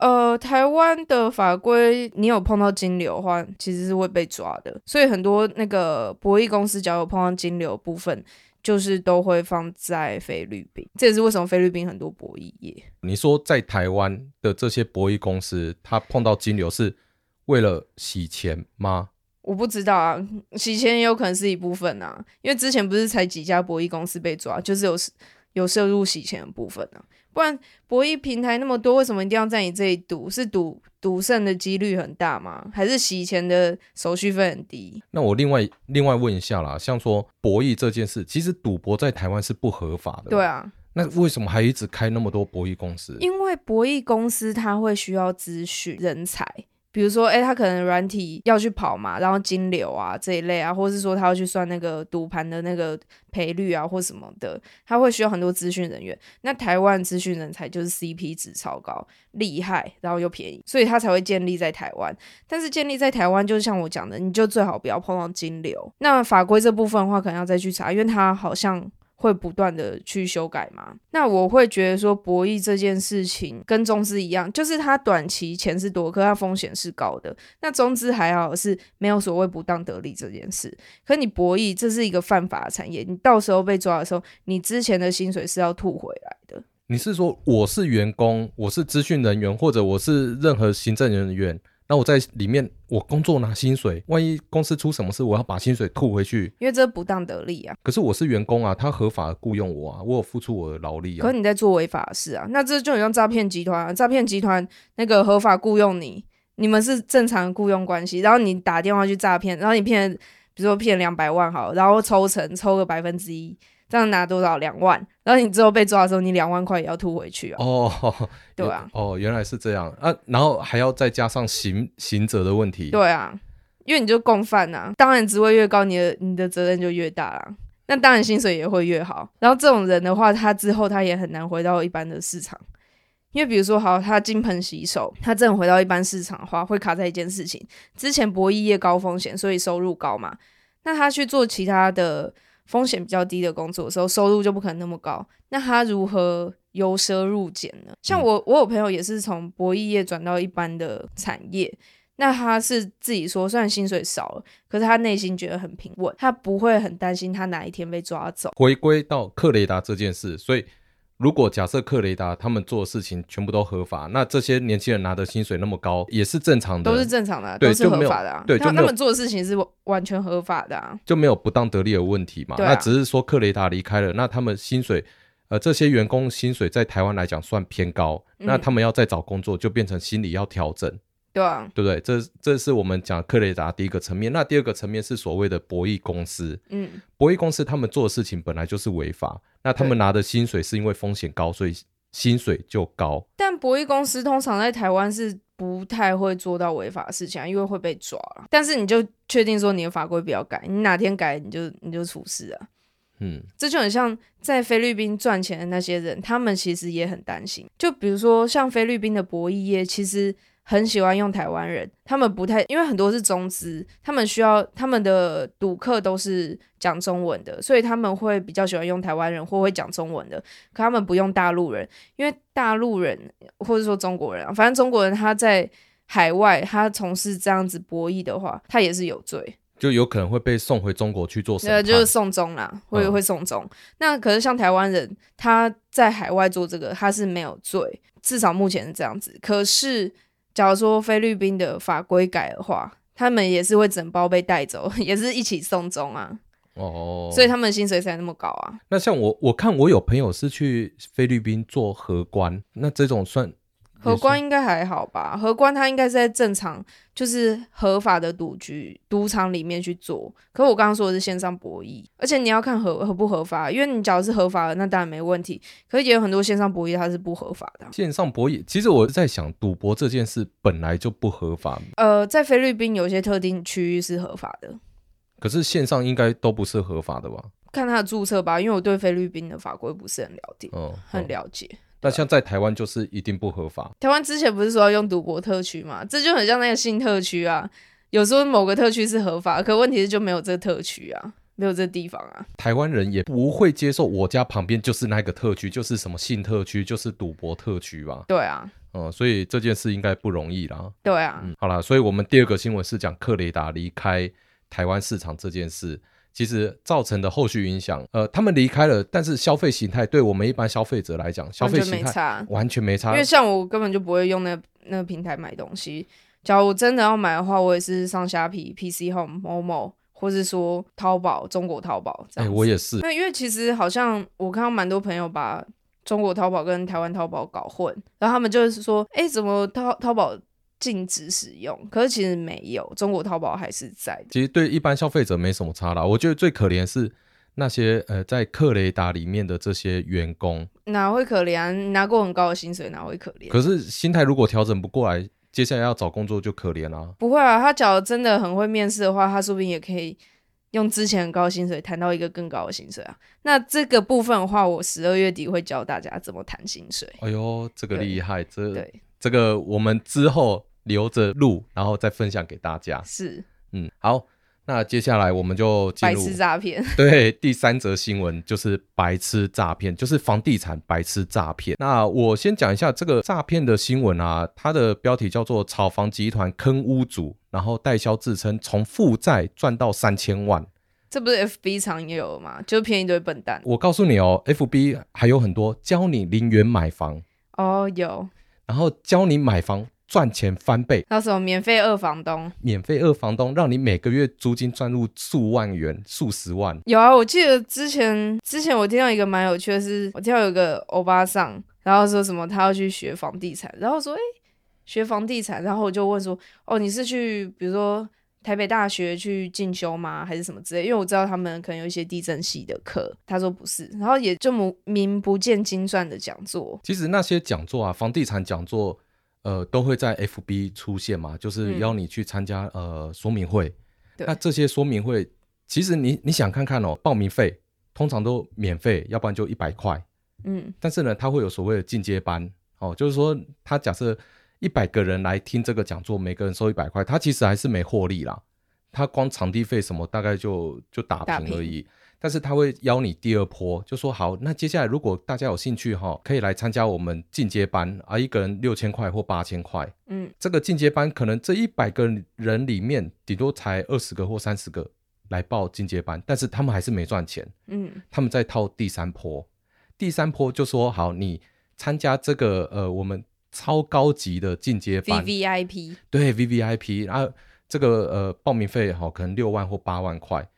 Speaker 2: 呃，台湾的法规，你有碰到金流的话，其实是会被抓的。所以很多那个博弈公司，只要有碰到金流的部分，就是都会放在菲律宾。这也是为什么菲律宾很多博弈业。
Speaker 1: 你说在台湾的这些博弈公司，他碰到金流是为了洗钱吗？
Speaker 2: 我不知道啊，洗钱也有可能是一部分啊，因为之前不是才几家博弈公司被抓，就是有有涉入洗钱的部分啊，不然博弈平台那么多，为什么一定要在你这里赌？是赌赌胜的几率很大吗？还是洗钱的手续费很低？
Speaker 1: 那我另外另外问一下啦，像说博弈这件事，其实赌博在台湾是不合法的。
Speaker 2: 对。啊，
Speaker 1: 那为什么还一直开那么多博弈公司？
Speaker 2: 因为博弈公司它会需要资讯人才，比如说，哎、他可能软体要去跑嘛，然后金流啊这一类啊，或是说他要去算那个赌盘的那个赔率啊或什么的，他会需要很多资讯人员。那台湾资讯人才就是 CP 值超高，厉害，然后又便宜，所以他才会建立在台湾。但是建立在台湾，就像我讲的，你就最好不要碰到金流。那法规这部分的话，可能要再去查，因为它好像会不断的去修改嘛。那我会觉得说，博弈这件事情跟中资一样，就是它短期钱是多，可它风险是高的。那中资还好是没有所谓不当得利这件事，可你博弈这是一个犯法的产业，你到时候被抓的时候，你之前的薪水是要吐回来的。
Speaker 1: 你是说我是员工，我是资讯人员，或者我是任何行政人员？那我在里面我工作拿薪水，万一公司出什么事，我要把薪水吐回去。
Speaker 2: 因为这不当得利啊，
Speaker 1: 可是我是员工啊，他合法雇佣我啊，我有付出我的劳力
Speaker 2: 可
Speaker 1: 啊
Speaker 2: 是。你在做违法的事啊，那这就很像诈骗集团、啊，诈骗集团那个合法雇佣你，你们是正常雇佣关系，然后你打电话去诈骗，然后你骗，比如说骗两百万好了，然后抽成抽个百分之一，这样拿多少两万，然后你之后被抓的时候，你两万块也要吐回去啊，
Speaker 1: 哦，
Speaker 2: 对啊，
Speaker 1: 哦，原来是这样啊，然后还要再加上行行者的问题。
Speaker 2: 对啊，因为你就共犯呐、当然职位越高，你的你的责任就越大啦。那当然薪水也会越好。然后这种人的话，他之后他也很难回到一般的市场，因为比如说，好，他金盆洗手，他真的回到一般市场的话，会卡在一件事情：之前博弈业高风险，所以收入高嘛。那他去做其他的风险比较低的工作的时候，收入就不可能那么高。那他如何由奢入俭呢？像我，我有朋友也是从博弈业转到一般的产业，那他是自己说，虽然薪水少了，可是他内心觉得很平稳，他不会很担心他哪一天被抓走。
Speaker 1: 回归到克雷达这件事，所以如果假设克雷达他们做的事情全部都合法，那这些年轻人拿的薪水那么高也是正常的，
Speaker 2: 都是正常的、啊，
Speaker 1: 对
Speaker 2: 都是
Speaker 1: 就没
Speaker 2: 合
Speaker 1: 有
Speaker 2: 法的、啊。
Speaker 1: 对就
Speaker 2: 他
Speaker 1: 没有
Speaker 2: 他们做的事情是完全合法的、啊。
Speaker 1: 就没有不当得利的问题嘛。
Speaker 2: 对啊
Speaker 1: 那只是说克雷达离开了，那他们薪水，呃，这些员工薪水在台湾来讲算偏高，
Speaker 2: 嗯
Speaker 1: 那他们要再找工作就变成心理要调整，
Speaker 2: 对啊，
Speaker 1: 对不对？这这是我们讲克雷达第一个层面。那第二个层面是所谓的博弈公司，
Speaker 2: 嗯，
Speaker 1: 博弈公司他们做的事情本来就是违法，那他们
Speaker 2: 对
Speaker 1: 拿的薪水是因为风险高，所以薪水就高。
Speaker 2: 但博弈公司通常在台湾是不太会做到违法的事情、啊，因为会被抓啊、但是你就确定说你的法规不要改，你哪天改你就你就出事啊。
Speaker 1: 嗯，
Speaker 2: 这就很像在菲律宾赚钱的那些人，他们其实也很担心。就比如说像菲律宾的博弈业，其实很喜欢用台湾人，他们不太因为很多是中资，他们需要他们的赌客都是讲中文的，所以他们会比较喜欢用台湾人或会讲中文的，可他们不用大陆人，因为大陆人或者说中国人啊，反正中国人他在海外他从事这样子博弈的话，他也是有罪。
Speaker 1: 就有可能会被送回中国去做审
Speaker 2: 对，啊
Speaker 1: 判。
Speaker 2: 呃就是送终啦，会
Speaker 1: 嗯
Speaker 2: 会送终。那可是像台湾人，他在海外做这个，他是没有罪，至少目前是这样子。可是，假如说菲律宾的法规改的话，他们也是会整包被带走， 也是一起送终啊，
Speaker 1: 哦，
Speaker 2: 所以他们的薪水才那么高啊。
Speaker 1: 那像我，我看我有朋友是去菲律宾做荷官，那这种算
Speaker 2: 荷官应该还好吧？荷官他应该是在正常，就是合法的赌局、赌场里面去做。可我刚刚说的是线上博弈，而且你要看合合不合法，因为你假如是合法的，那当然没问题。可是也有很多线上博弈它是不合法的啊、
Speaker 1: 线上博弈。其实我在想，赌博这件事本来就不合法，
Speaker 2: 呃，在菲律宾有些特定区域是合法的，
Speaker 1: 可是线上应该都不是合法的吧？
Speaker 2: 看它的注册吧，因为我对菲律宾的法规不是很了解，
Speaker 1: 嗯，
Speaker 2: 很
Speaker 1: 嗯
Speaker 2: 了解。
Speaker 1: 那像在台湾就是一定不合法。
Speaker 2: 台湾之前不是说要用赌博特区嘛，这就很像那个性特区啊。有时候某个特区是合法，可问题是就没有这特区啊。没有这地方啊。
Speaker 1: 台湾人也不会接受我家旁边就是那个特区，就是什么性特区，就是赌博特区吧。
Speaker 2: 对啊，
Speaker 1: 嗯，所以这件事应该不容易啦。
Speaker 2: 对啊，
Speaker 1: 嗯，好啦，所以我们第二个新闻是讲克雷达离开台湾市场这件事，其实造成的后续影响，呃，他们离开了，但是消费形态对我们一般消费者来讲，消
Speaker 2: 完
Speaker 1: 费
Speaker 2: 全
Speaker 1: 形
Speaker 2: 没
Speaker 1: 态
Speaker 2: 差。
Speaker 1: 完全没差哎
Speaker 2: 因，为像我根本就不会用那那个平台买东西。假如我真的要买的话，我也是上虾皮、PC Home、Momo，或是说淘宝、中国淘宝这
Speaker 1: 哎、
Speaker 2: 样子。
Speaker 1: 我也是，
Speaker 2: 那因为其实好像我看到蛮多朋友把中国淘宝跟台湾淘宝搞混，然后他们就是说，哎、怎么淘淘宝禁止使用？可是其实没有，中国淘宝还是在的。
Speaker 1: 其实对一般消费者没什么差啦。我觉得最可怜是那些呃在克雷达里面的这些员工，
Speaker 2: 哪会可怜、啊？拿过很高的薪水，哪会可怜？
Speaker 1: 可是心态如果调整不过来，接下来要找工作就可怜啦、
Speaker 2: 不会啊，他假如真的很会面试的话，他说不定也可以用之前很高的薪水谈到一个更高的薪水啊。那这个部分的话，我十二月底会教大家怎么谈薪水。
Speaker 1: 哎呦，这个
Speaker 2: 对
Speaker 1: 厉害，这
Speaker 2: 对，
Speaker 1: 这个我们之后留着录，然后再分享给大家。
Speaker 2: 是
Speaker 1: 嗯，好，那接下来我们就进
Speaker 2: 白
Speaker 1: 入
Speaker 2: 痴诈骗。
Speaker 1: 对第三则新闻，就是白痴诈骗，就是房地产白痴诈骗。那我先讲一下这个诈骗的新闻啊，它的标题叫做“炒房集团坑屋主”，然后代销自称从负债赚到三千万。
Speaker 2: 这不是 FB 常也有吗？就骗一堆笨蛋。
Speaker 1: 我告诉你哦，FB 还有很多教你零元买房，
Speaker 2: 哦，有，
Speaker 1: 然后教你买房赚钱翻倍，
Speaker 2: 那什么免费二房东
Speaker 1: 免费二房东，让你每个月租金赚入数万元、数十万。
Speaker 2: 有啊？我记得之前之前我听到一个蛮有趣的是，我听到有个欧巴桑，然后说什么他要去学房地产，然后说诶，学房地产，然后我就问说哦你是去比如说台北大学去进修吗？还是什么之类？因为我知道他们可能有一些地震系的课，他说不是，然后也就名名不见经传的讲座，
Speaker 1: 其实那些讲座啊，房地产讲座，呃，都会在 FB 出现嘛，就是
Speaker 2: 嗯
Speaker 1: 邀你去参加、呃说明会。
Speaker 2: 对
Speaker 1: 那这些说明会，其实你你想看看哦，报名费通常都免费，要不然就一百块。
Speaker 2: 嗯，
Speaker 1: 但是呢，它会有所谓的进阶班哦，就是说，他假设一百个人来听这个讲座，每个人收一百块，他其实还是没获利啦，他光场地费什么大概就就打
Speaker 2: 打
Speaker 1: 平而
Speaker 2: 平
Speaker 1: 已。但是他会邀你第二波，就说好，那接下来如果大家有兴趣哈、可以来参加我们进阶班啊，一个人六千块或八千块。
Speaker 2: 嗯，
Speaker 1: 这个进阶班可能这一百个人里面，顶多才二十个或三十个来报进阶班，但是他们还是没赚钱。
Speaker 2: 嗯，
Speaker 1: 他们在套第三波，第三波就说好，你参加这个呃我们超高级的进阶
Speaker 2: v
Speaker 1: 班，
Speaker 2: V I P，
Speaker 1: 对 V V I P，然后这个呃报名费好、可能六万或八万块，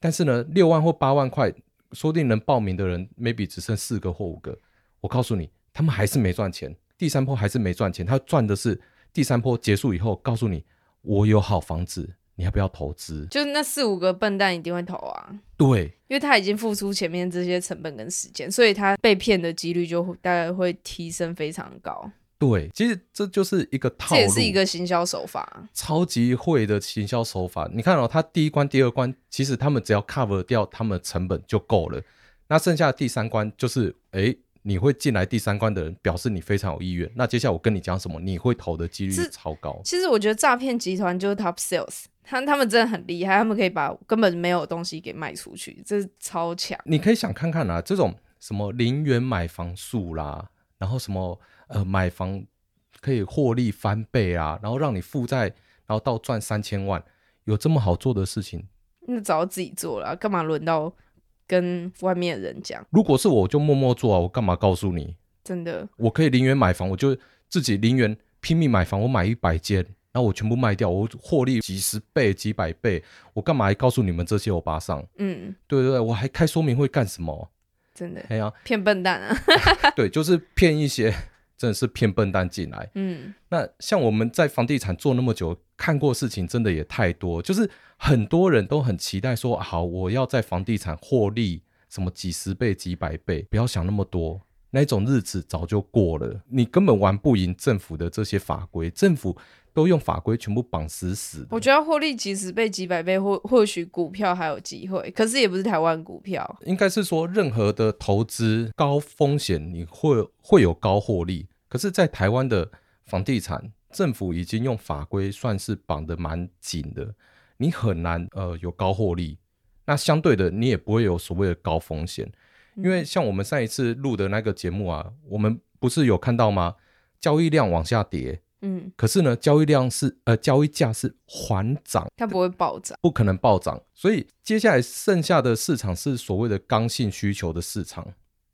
Speaker 1: 但是呢六万或八万块，说不定能报名的人 maybe 只剩四个或五个，我告诉你，他们还是没赚钱，第三波还是没赚钱，他赚的是第三波结束以后告诉你，我有好房子，你要不要投资？
Speaker 2: 就是那四五个笨蛋一定会投啊。
Speaker 1: 对，
Speaker 2: 因为他已经付出前面这些成本跟时间，所以他被骗的几率就会大概会提升非常高。
Speaker 1: 对，其实这就是一个套
Speaker 2: 这
Speaker 1: 路，
Speaker 2: 也是一个行销手法。
Speaker 1: 超级会的行销手法。你看哦，他第一关、第二关，其实他们只要 cover 掉他们成本就够了。那剩下的第三关就是，诶，你会进来第三关的人，表示你非常有意愿。那接下来我跟你讲什么，你会投的几率
Speaker 2: 是
Speaker 1: 超高。
Speaker 2: 其实我觉得诈骗集团就是 Top Sales，他他们真的很厉害，他们可以把根本没有东西给卖出去，这是超强。
Speaker 1: 你可以想看看啊，这种什么零元买房术啦，然后什么呃买房可以获利翻倍啊，然后让你负债，然后到赚三千万，有这么好做的事情？
Speaker 2: 那早自己做了啊，干嘛轮到跟外面的人讲？
Speaker 1: 如果是我，我就默默做啊，我干嘛告诉你？
Speaker 2: 真的，
Speaker 1: 我可以零元买房，我就自己零元拼命买房，我买一百间，然后我全部卖掉，我获利几十倍、几百倍，我干嘛还告诉你们这些欧巴桑？
Speaker 2: 嗯，
Speaker 1: 对对对，我还开说明会干什么？
Speaker 2: 真的
Speaker 1: 哎呀、
Speaker 2: 骗笨蛋啊，
Speaker 1: 对，就是骗一些真的是骗笨蛋进来。
Speaker 2: 嗯，
Speaker 1: 那像我们在房地产做那么久，看过事情真的也太多，就是很多人都很期待说，啊好，我要在房地产获利什么几十倍、几百倍，不要想那么多，那种日子早就过了，你根本玩不赢政府的这些法规，政府都用法规全部绑死死
Speaker 2: 我
Speaker 1: 的。
Speaker 2: 觉得获利几十倍、几百倍，或或许股票还有机会，可是也不是台湾股票，
Speaker 1: 应该是说，任何的投资高风险，你会会有高获利。可是，在台湾的房地产，政府已经用法规算是绑得蛮紧的，你很难呃有高获利。那相对的，你也不会有所谓的高风险，
Speaker 2: 嗯
Speaker 1: 因为像我们上一次录的那个节目啊，我们不是有看到吗？交易量往下跌，
Speaker 2: 嗯，
Speaker 1: 可是呢，交易量是呃交易价是缓涨，
Speaker 2: 它不会暴涨。
Speaker 1: 不可能暴涨，所以接下来剩下的市场是所谓的刚性需求的市场，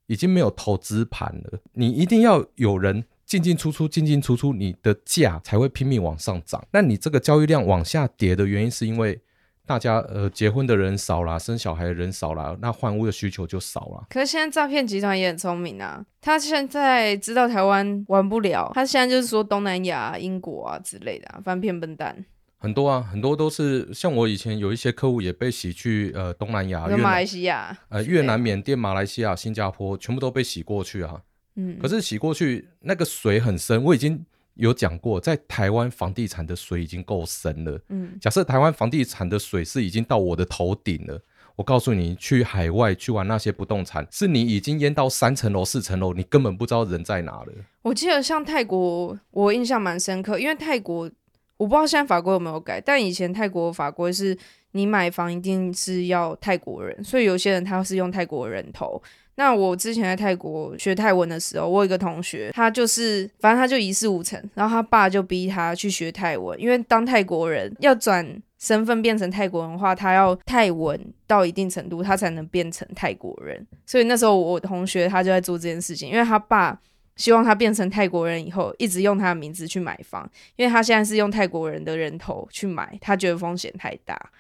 Speaker 1: 已经没有投资盘了。你一定要有人进进出出，进进出出，你的价才会拼命往上涨。那你这个交易量往下跌的原因，是因为大家呃结婚的人少啦，生小孩的人少啦，那换屋的需求就少啦。
Speaker 2: 可是现在诈骗集团也很聪明啊，他现在知道台湾玩不了，他现在就是说东南亚啊、英国啊之类的、啊、翻骗笨蛋，
Speaker 1: 很多啊，很多都是像我以前有一些客户也被洗去呃东南亚、
Speaker 2: 比
Speaker 1: 越
Speaker 2: 如马
Speaker 1: 南
Speaker 2: 来、西亚，
Speaker 1: 呃越南、缅甸、马来西亚、新加坡，全部都被洗过去啊。
Speaker 2: 嗯，
Speaker 1: 可是洗过去那个水很深，我已经有讲过，在台湾房地产的水已经够深了。
Speaker 2: 嗯，
Speaker 1: 假设台湾房地产的水是已经到我的头顶了，我告诉你，去海外去玩那些不动产，是你已经淹到三层楼、四层楼，你根本不知道人在哪了。
Speaker 2: 我记得像泰国，我印象蛮深刻，因为泰国我不知道现在法规有没有改，但以前泰国法规是你买房一定是要泰国人，所以有些人他是用泰国人头。那我之前在泰国学泰文的时候，我有一个同学，他就是反正他就一事无成，然后他爸就逼他去学泰文，因为当泰国人要转身份变成泰国人的话，他要泰文到一定程度，他才能变成泰国人。所以那时候我同学他就在做这件事情，因为他爸希望他变成泰国人以后，一直用他的名字去买房，因为他现在是用泰国人的人头去买，他觉得风险太大。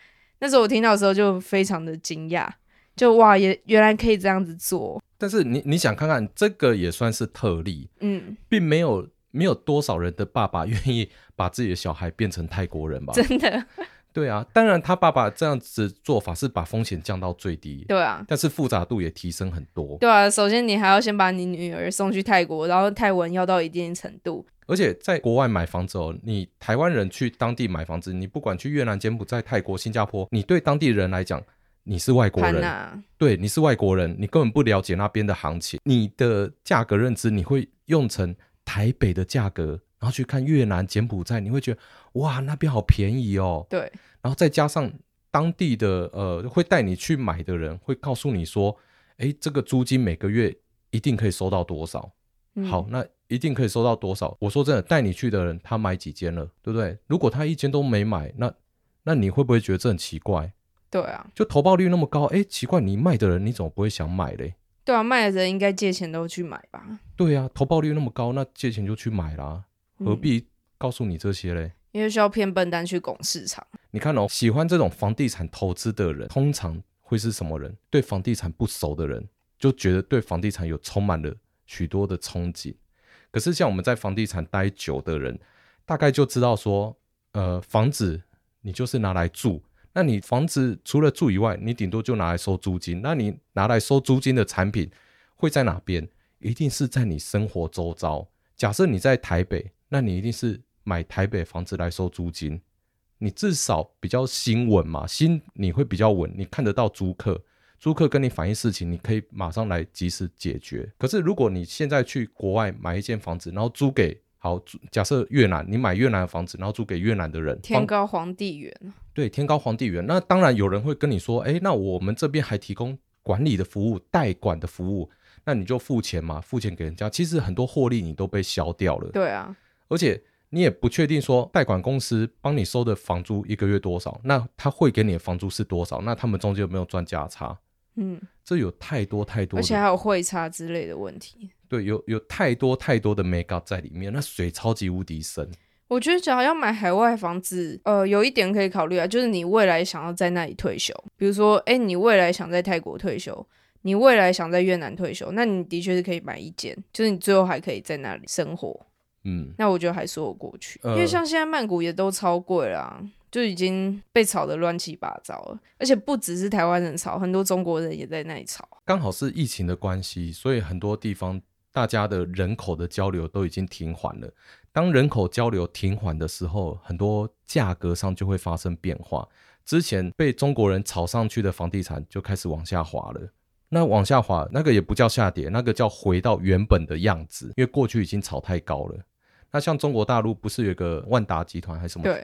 Speaker 2: 那时候我听到的时候就非常的惊讶，就哇，也原来可以这样子做，
Speaker 1: 但是你你想看看，这个也算是特例，
Speaker 2: 嗯，
Speaker 1: 并没有没有多少人的爸爸愿意把自己的小孩变成泰国人吧？
Speaker 2: 真的，
Speaker 1: 对啊，当然他爸爸这样子做法是把风险降到最低，
Speaker 2: 对啊，
Speaker 1: 但是复杂度也提升很多。
Speaker 2: 对啊，首先你还要先把你女儿送去泰国，然后泰文要到一定程度，
Speaker 1: 而且在国外买房子哦，你台湾人去当地买房子，你不管去越南、柬埔寨、泰国、新加坡，你对当地人来讲，你是外国
Speaker 2: 潘
Speaker 1: 人，
Speaker 2: 娜，
Speaker 1: 对，你是外国人，你根本不了解那边的行情，你的价格认知你会用成台北的价格，然后去看越南、柬埔寨，你会觉得哇，那边好便宜哦，
Speaker 2: 对，
Speaker 1: 然后再加上当地的呃会带你去买的人会告诉你说，诶，这个租金每个月一定可以收到多少。
Speaker 2: 嗯
Speaker 1: 好，，那一定可以收到多少？我说真的，带你去的人他买几间了，对不对？如果他一间都没买，那那你会不会觉得这很奇怪？
Speaker 2: 对啊，
Speaker 1: 就投报率那么高，哎，奇怪，你卖的人你怎么不会想买嘞？
Speaker 2: 对啊，卖的人应该借钱都去买吧，
Speaker 1: 对啊，投报率那么高，那借钱就去买啦，
Speaker 2: 嗯
Speaker 1: 何必告诉你这些嘞？
Speaker 2: 因为需要骗笨蛋去拱市场，
Speaker 1: 你看哦，喜欢这种房地产投资的人，通常会是什么人？对房地产不熟的人，就觉得对房地产有充满了许多的憧憬。可是像我们在房地产待久的人，大概就知道说，呃，房子你就是拿来住，那你房子除了住以外，你顶多就拿来收租金。那你拿来收租金的产品会在哪边？一定是在你生活周遭。假设你在台北，那你一定是买台北房子来收租金，你至少比较心稳嘛，心你会比较稳，你看得到租客，租客跟你反映事情，你可以马上来及时解决。可是如果你现在去国外买一间房子，然后租给好，租假设越南，你买越南的房子，然后租给越南的人，
Speaker 2: 天
Speaker 1: 帮
Speaker 2: 高皇帝远，
Speaker 1: 对，天高皇帝远。那当然有人会跟你说，哎，那我们这边还提供管理的服务、代管的服务，那你就付钱嘛，付钱给人家。其实很多获利你都被消掉了，
Speaker 2: 对啊，
Speaker 1: 而且你也不确定说代管公司帮你收的房租一个月多少，那他会给你的房租是多少，那他们中间有没有赚价差？
Speaker 2: 嗯，
Speaker 1: 这有太多太多
Speaker 2: 而
Speaker 1: 的，
Speaker 2: 且还有汇差之类的问题，
Speaker 1: 对，有有太多太多的 make up 在里面，那水超级无敌深。
Speaker 2: 我觉得只要要买海外房子，呃，有一点可以考虑啊，就是你未来想要在那里退休，比如说，哎，你未来想在泰国退休，你未来想在越南退休，那你的确是可以买一间，就是你最后还可以在那里生活，
Speaker 1: 嗯，
Speaker 2: 那我觉得还说得过去。
Speaker 1: 呃
Speaker 2: 因为像现在曼谷也都超贵啦、就已经被炒得乱七八糟了，而且不只是台湾人炒，很多中国人也在那里炒。
Speaker 1: 刚好是疫情的关系，所以很多地方大家的人口的交流都已经停缓了。当人口交流停缓的时候，很多价格上就会发生变化。之前被中国人炒上去的房地产就开始往下滑了。那往下滑，那个也不叫下跌，那个叫回到原本的样子，因为过去已经炒太高了。那像中哦国大陆不是有一个万达集团还是什么
Speaker 2: 对，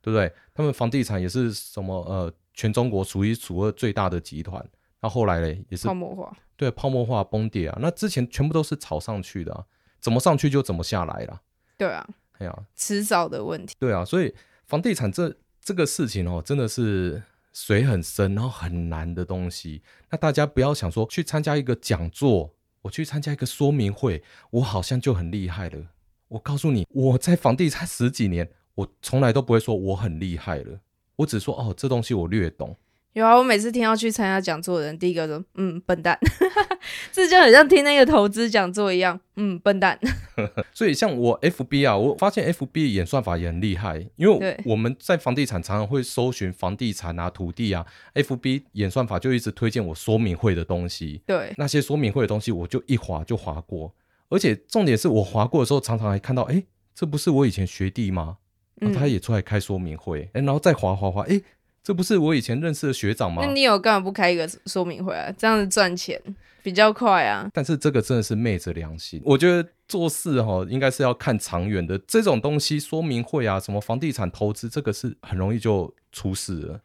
Speaker 1: 对不对？他们房地产也是什么呃全中国数一数二最大的集团。那后来嘞，也是
Speaker 2: 泡沫化，
Speaker 1: 对泡沫化崩跌啊。那之前全部都是炒上去的、啊，怎么上去就怎么下来啦。
Speaker 2: 对啊，
Speaker 1: 哎呀、
Speaker 2: 迟早的问题。
Speaker 1: 对啊，所以房地产这这个事情哦，真的是水很深，然后很难的东西。那大家不要想说去参加一个讲座，我去参加一个说明会，我好像就很厉害了。我告诉你，我在房地产十几年，我从来都不会说我很厉害了，我只说哦，这东西我略懂。
Speaker 2: 有啊，我每次听要去参加讲座的人，第一个说嗯笨蛋， 这就很像听那个投资讲座一样，嗯笨蛋。
Speaker 1: 所以像我 FB 啊，我发现 FB 演算法也很厉害，因为
Speaker 2: 对
Speaker 1: 我们在房地产常常会搜寻房地产啊、土地啊，FB 演算法就一直推荐我说明会的东西，
Speaker 2: 对，
Speaker 1: 那些说明会的东西我就一划就划过，而且重点是我划过的时候，常常还看到，哎，这不是我以前学弟吗？然后他
Speaker 2: 嗯，
Speaker 1: 也出来开说明会，哎、然后再划划划，哎，这不是我以前认识的学长吗
Speaker 2: 那？你有干嘛不开一个说明会啊？这样子赚钱比较快啊。
Speaker 1: 但是这个真的是昧着良心，我觉得做事哈、应该是要看长远的。这种东西说明会啊，什么房地产投资，这个是很容易就出事了，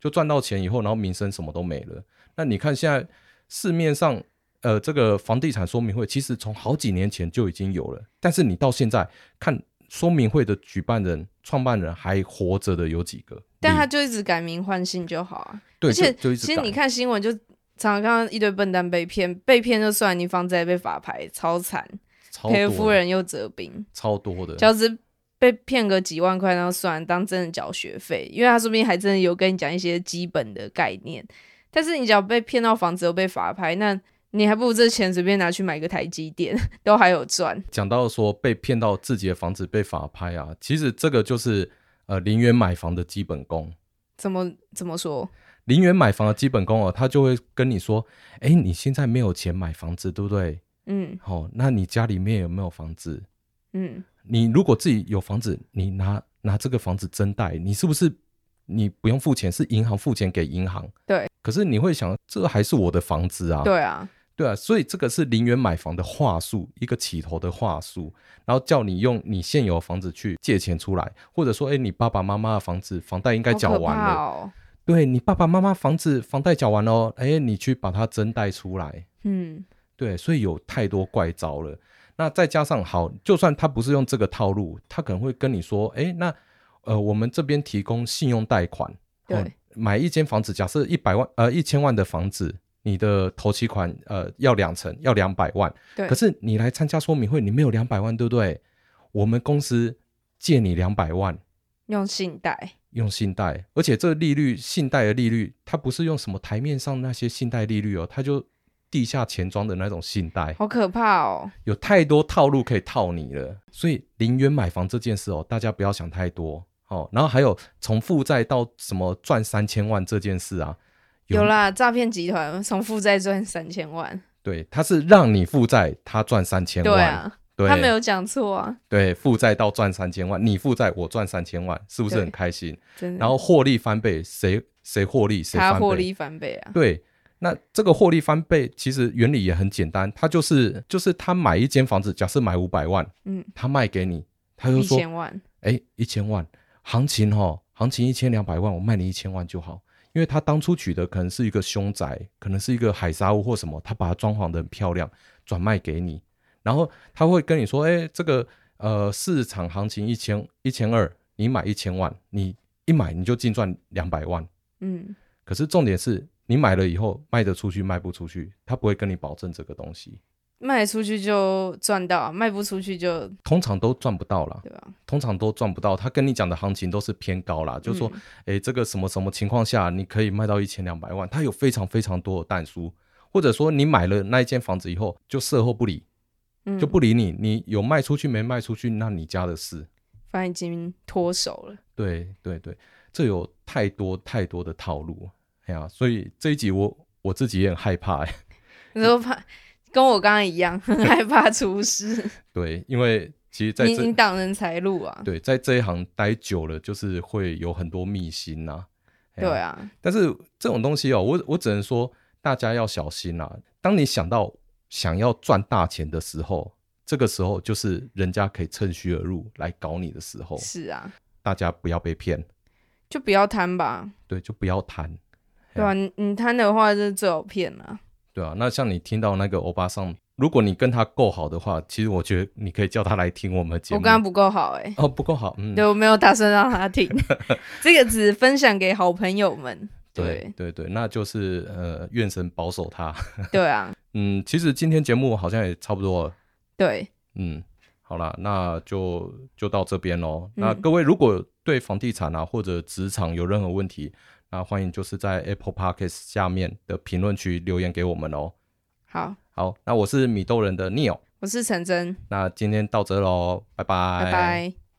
Speaker 1: 就赚到钱以后，然后名声什么都没了。那你看现在市面上，呃，这个房地产说明会其实从好几年前就已经有了，但是你到现在看说明会的举办人、创办人还活着的有几个？
Speaker 2: 但他
Speaker 1: 你
Speaker 2: 就一直改名换姓就好啊。
Speaker 1: 嗯对，
Speaker 2: 而且
Speaker 1: 就就一直
Speaker 2: 其实
Speaker 1: 改
Speaker 2: 你看新闻就常常看到一堆笨蛋被骗，被骗就算，你房子还被法拍，超惨，
Speaker 1: 超
Speaker 2: 赔了
Speaker 1: 多哦
Speaker 2: 夫
Speaker 1: 的
Speaker 2: 人又折兵，
Speaker 1: 超多的，
Speaker 2: 就是被骗个几万块，然后算了当真的缴学费，因为他说不定还真的有跟你讲一些基本的概念。但是你只要被骗到房子又被法拍，那你还不如这钱随便拿去买个台积电，都还有赚。
Speaker 1: 讲到说被骗到自己的房子被法拍啊，其实这个就是呃零元买房的基本功。
Speaker 2: 怎么怎么说？
Speaker 1: 零元买房的基本功哦，他就会跟你说，哎，你现在没有钱买房子，对不对？
Speaker 2: 嗯
Speaker 1: 哦，那你家里面有没有房子？
Speaker 2: 嗯，
Speaker 1: 你如果自己有房子，你拿拿这个房子增贷，你是不是你不用付钱，是银行付钱给银行？
Speaker 2: 对。
Speaker 1: 可是你会想，这还是我的房子啊。
Speaker 2: 对啊，
Speaker 1: 对啊，所以这个是零元买房的话术，一个起头的话术，然后叫你用你现有的房子去借钱出来，或者说，哎，你爸爸妈妈的房子房贷应该
Speaker 2: 好
Speaker 1: 缴
Speaker 2: 可
Speaker 1: 完
Speaker 2: 怕
Speaker 1: 了，
Speaker 2: 哦。
Speaker 1: 对你爸爸妈妈房子房贷缴完了哦，哎，你去把它增贷出来，
Speaker 2: 嗯，
Speaker 1: 对，所以有太多怪招了。那再加上好，就算他不是用这个套路，他可能会跟你说，哎，那呃，我们这边提供信用贷款，
Speaker 2: 对，
Speaker 1: 哦买一间房子，假设一百万呃一千万的房子，你的头期款呃要两成，要两百万，
Speaker 2: 对
Speaker 1: 可是你来参加说明会，你没有两百万，对不对？我们公司借你两百万
Speaker 2: 用信贷。
Speaker 1: 用信贷，而且这利率信贷的利率，它不是用什么台面上那些信贷利率哦，它就地下钱庄的那种信贷，
Speaker 2: 好可怕哦！
Speaker 1: 有太多套路可以套你了。所以零元买房这件事哦，大家不要想太多哦。然后还有从负债到什么赚三千万这件事啊，
Speaker 2: 有啦，诈骗集团从负债赚三千万，
Speaker 1: 对，他是让你负债，他赚三千万，
Speaker 2: 对啊，
Speaker 1: 对
Speaker 2: 他没有讲错啊，
Speaker 1: 对负债到赚三千万，你负债我赚三千万，是不是
Speaker 2: 对
Speaker 1: 很开心？
Speaker 2: 真的。
Speaker 1: 然后获利翻倍，谁谁获利谁翻
Speaker 2: 他
Speaker 1: 倍，
Speaker 2: 获利翻倍啊，
Speaker 1: 对。那这个获利翻倍其实原理也很简单，他就是就是他买一间房子，假设买五百万，
Speaker 2: 嗯，
Speaker 1: 他卖给你，他就
Speaker 2: 一
Speaker 1: 说
Speaker 2: 千万，
Speaker 1: 哎，一千万，行情哈、行情一千两百万，我卖你一千万就好。因为他当初取的可能是一个凶宅，可能是一个海沙屋或什么，他把它装潢的很漂亮，转卖给你，然后他会跟你说，哎，这个呃市场行情一千一千二，你买一千万，你一买你就净赚两百万。
Speaker 2: 嗯，
Speaker 1: 可是重点是你买了以后卖得出去卖不出去，他不会跟你保证这个东西，
Speaker 2: 卖出去就赚到，卖不出去就
Speaker 1: 通常都赚不到啦。
Speaker 2: 对吧？嗯
Speaker 1: 通常都赚不到。他跟你讲的行情都是偏高啦，就说，诶，这个什么什么情况下你可以卖到一千两百万，他有非常非常多的蛋书，或者说你买了那一间房子以后就售后不理，
Speaker 2: 嗯，
Speaker 1: 就不理你，你有卖出去没卖出去，那你家的事。
Speaker 2: 反正已经脱手了。
Speaker 1: 对对对，这有太多太多的套路，哎呀、所以这一集我我自己也很害怕、 欸，
Speaker 2: 你说怕跟我刚刚一样， 很害怕出事，
Speaker 1: 对，因为其 实在
Speaker 2: 你
Speaker 1: 这
Speaker 2: 你挡人财路啊，
Speaker 1: 对在这一行待久了，就是会有很多秘辛呐、哎
Speaker 2: 对
Speaker 1: 呀
Speaker 2: 啊，
Speaker 1: 但是这种东西哦，我我只能说大家要小心啦、当你想到想要赚大钱的时候，这个时候哦就是人家可以趁虚而入来搞你的时候，
Speaker 2: 是啊，
Speaker 1: 大家不要被骗。
Speaker 2: 就不要贪吧，
Speaker 1: 对，就不要谈，
Speaker 2: 对
Speaker 1: 啊
Speaker 2: 吧、你你贪的话，就是最好骗了。
Speaker 1: 对啊。那像你听到那个欧巴桑，如果你跟他够好的话，其实我觉得你可以叫他来听我们的节
Speaker 2: 我
Speaker 1: 目。
Speaker 2: 跟他不够好哎、
Speaker 1: 哦不够好，嗯，
Speaker 2: 对，我没有打算让 他听，这个只分享给好朋友们。
Speaker 1: 对
Speaker 2: 对
Speaker 1: 对对，那就是呃，愿神保守他。
Speaker 2: 对啊，
Speaker 1: 嗯，其实今天节目好像也差不多了。
Speaker 2: 对，
Speaker 1: 嗯，好啦，那就就到这边喽。那
Speaker 2: 嗯
Speaker 1: 各位如果对房地产啊或者职场有任何问题，那欢迎就是在 Apple Podcast 下面的评论区留言给我们哦。
Speaker 2: 好，
Speaker 1: 好，那我是米豆人的 Neil，
Speaker 2: 我是陈真，
Speaker 1: 那今天到这喽，拜拜，
Speaker 2: 拜拜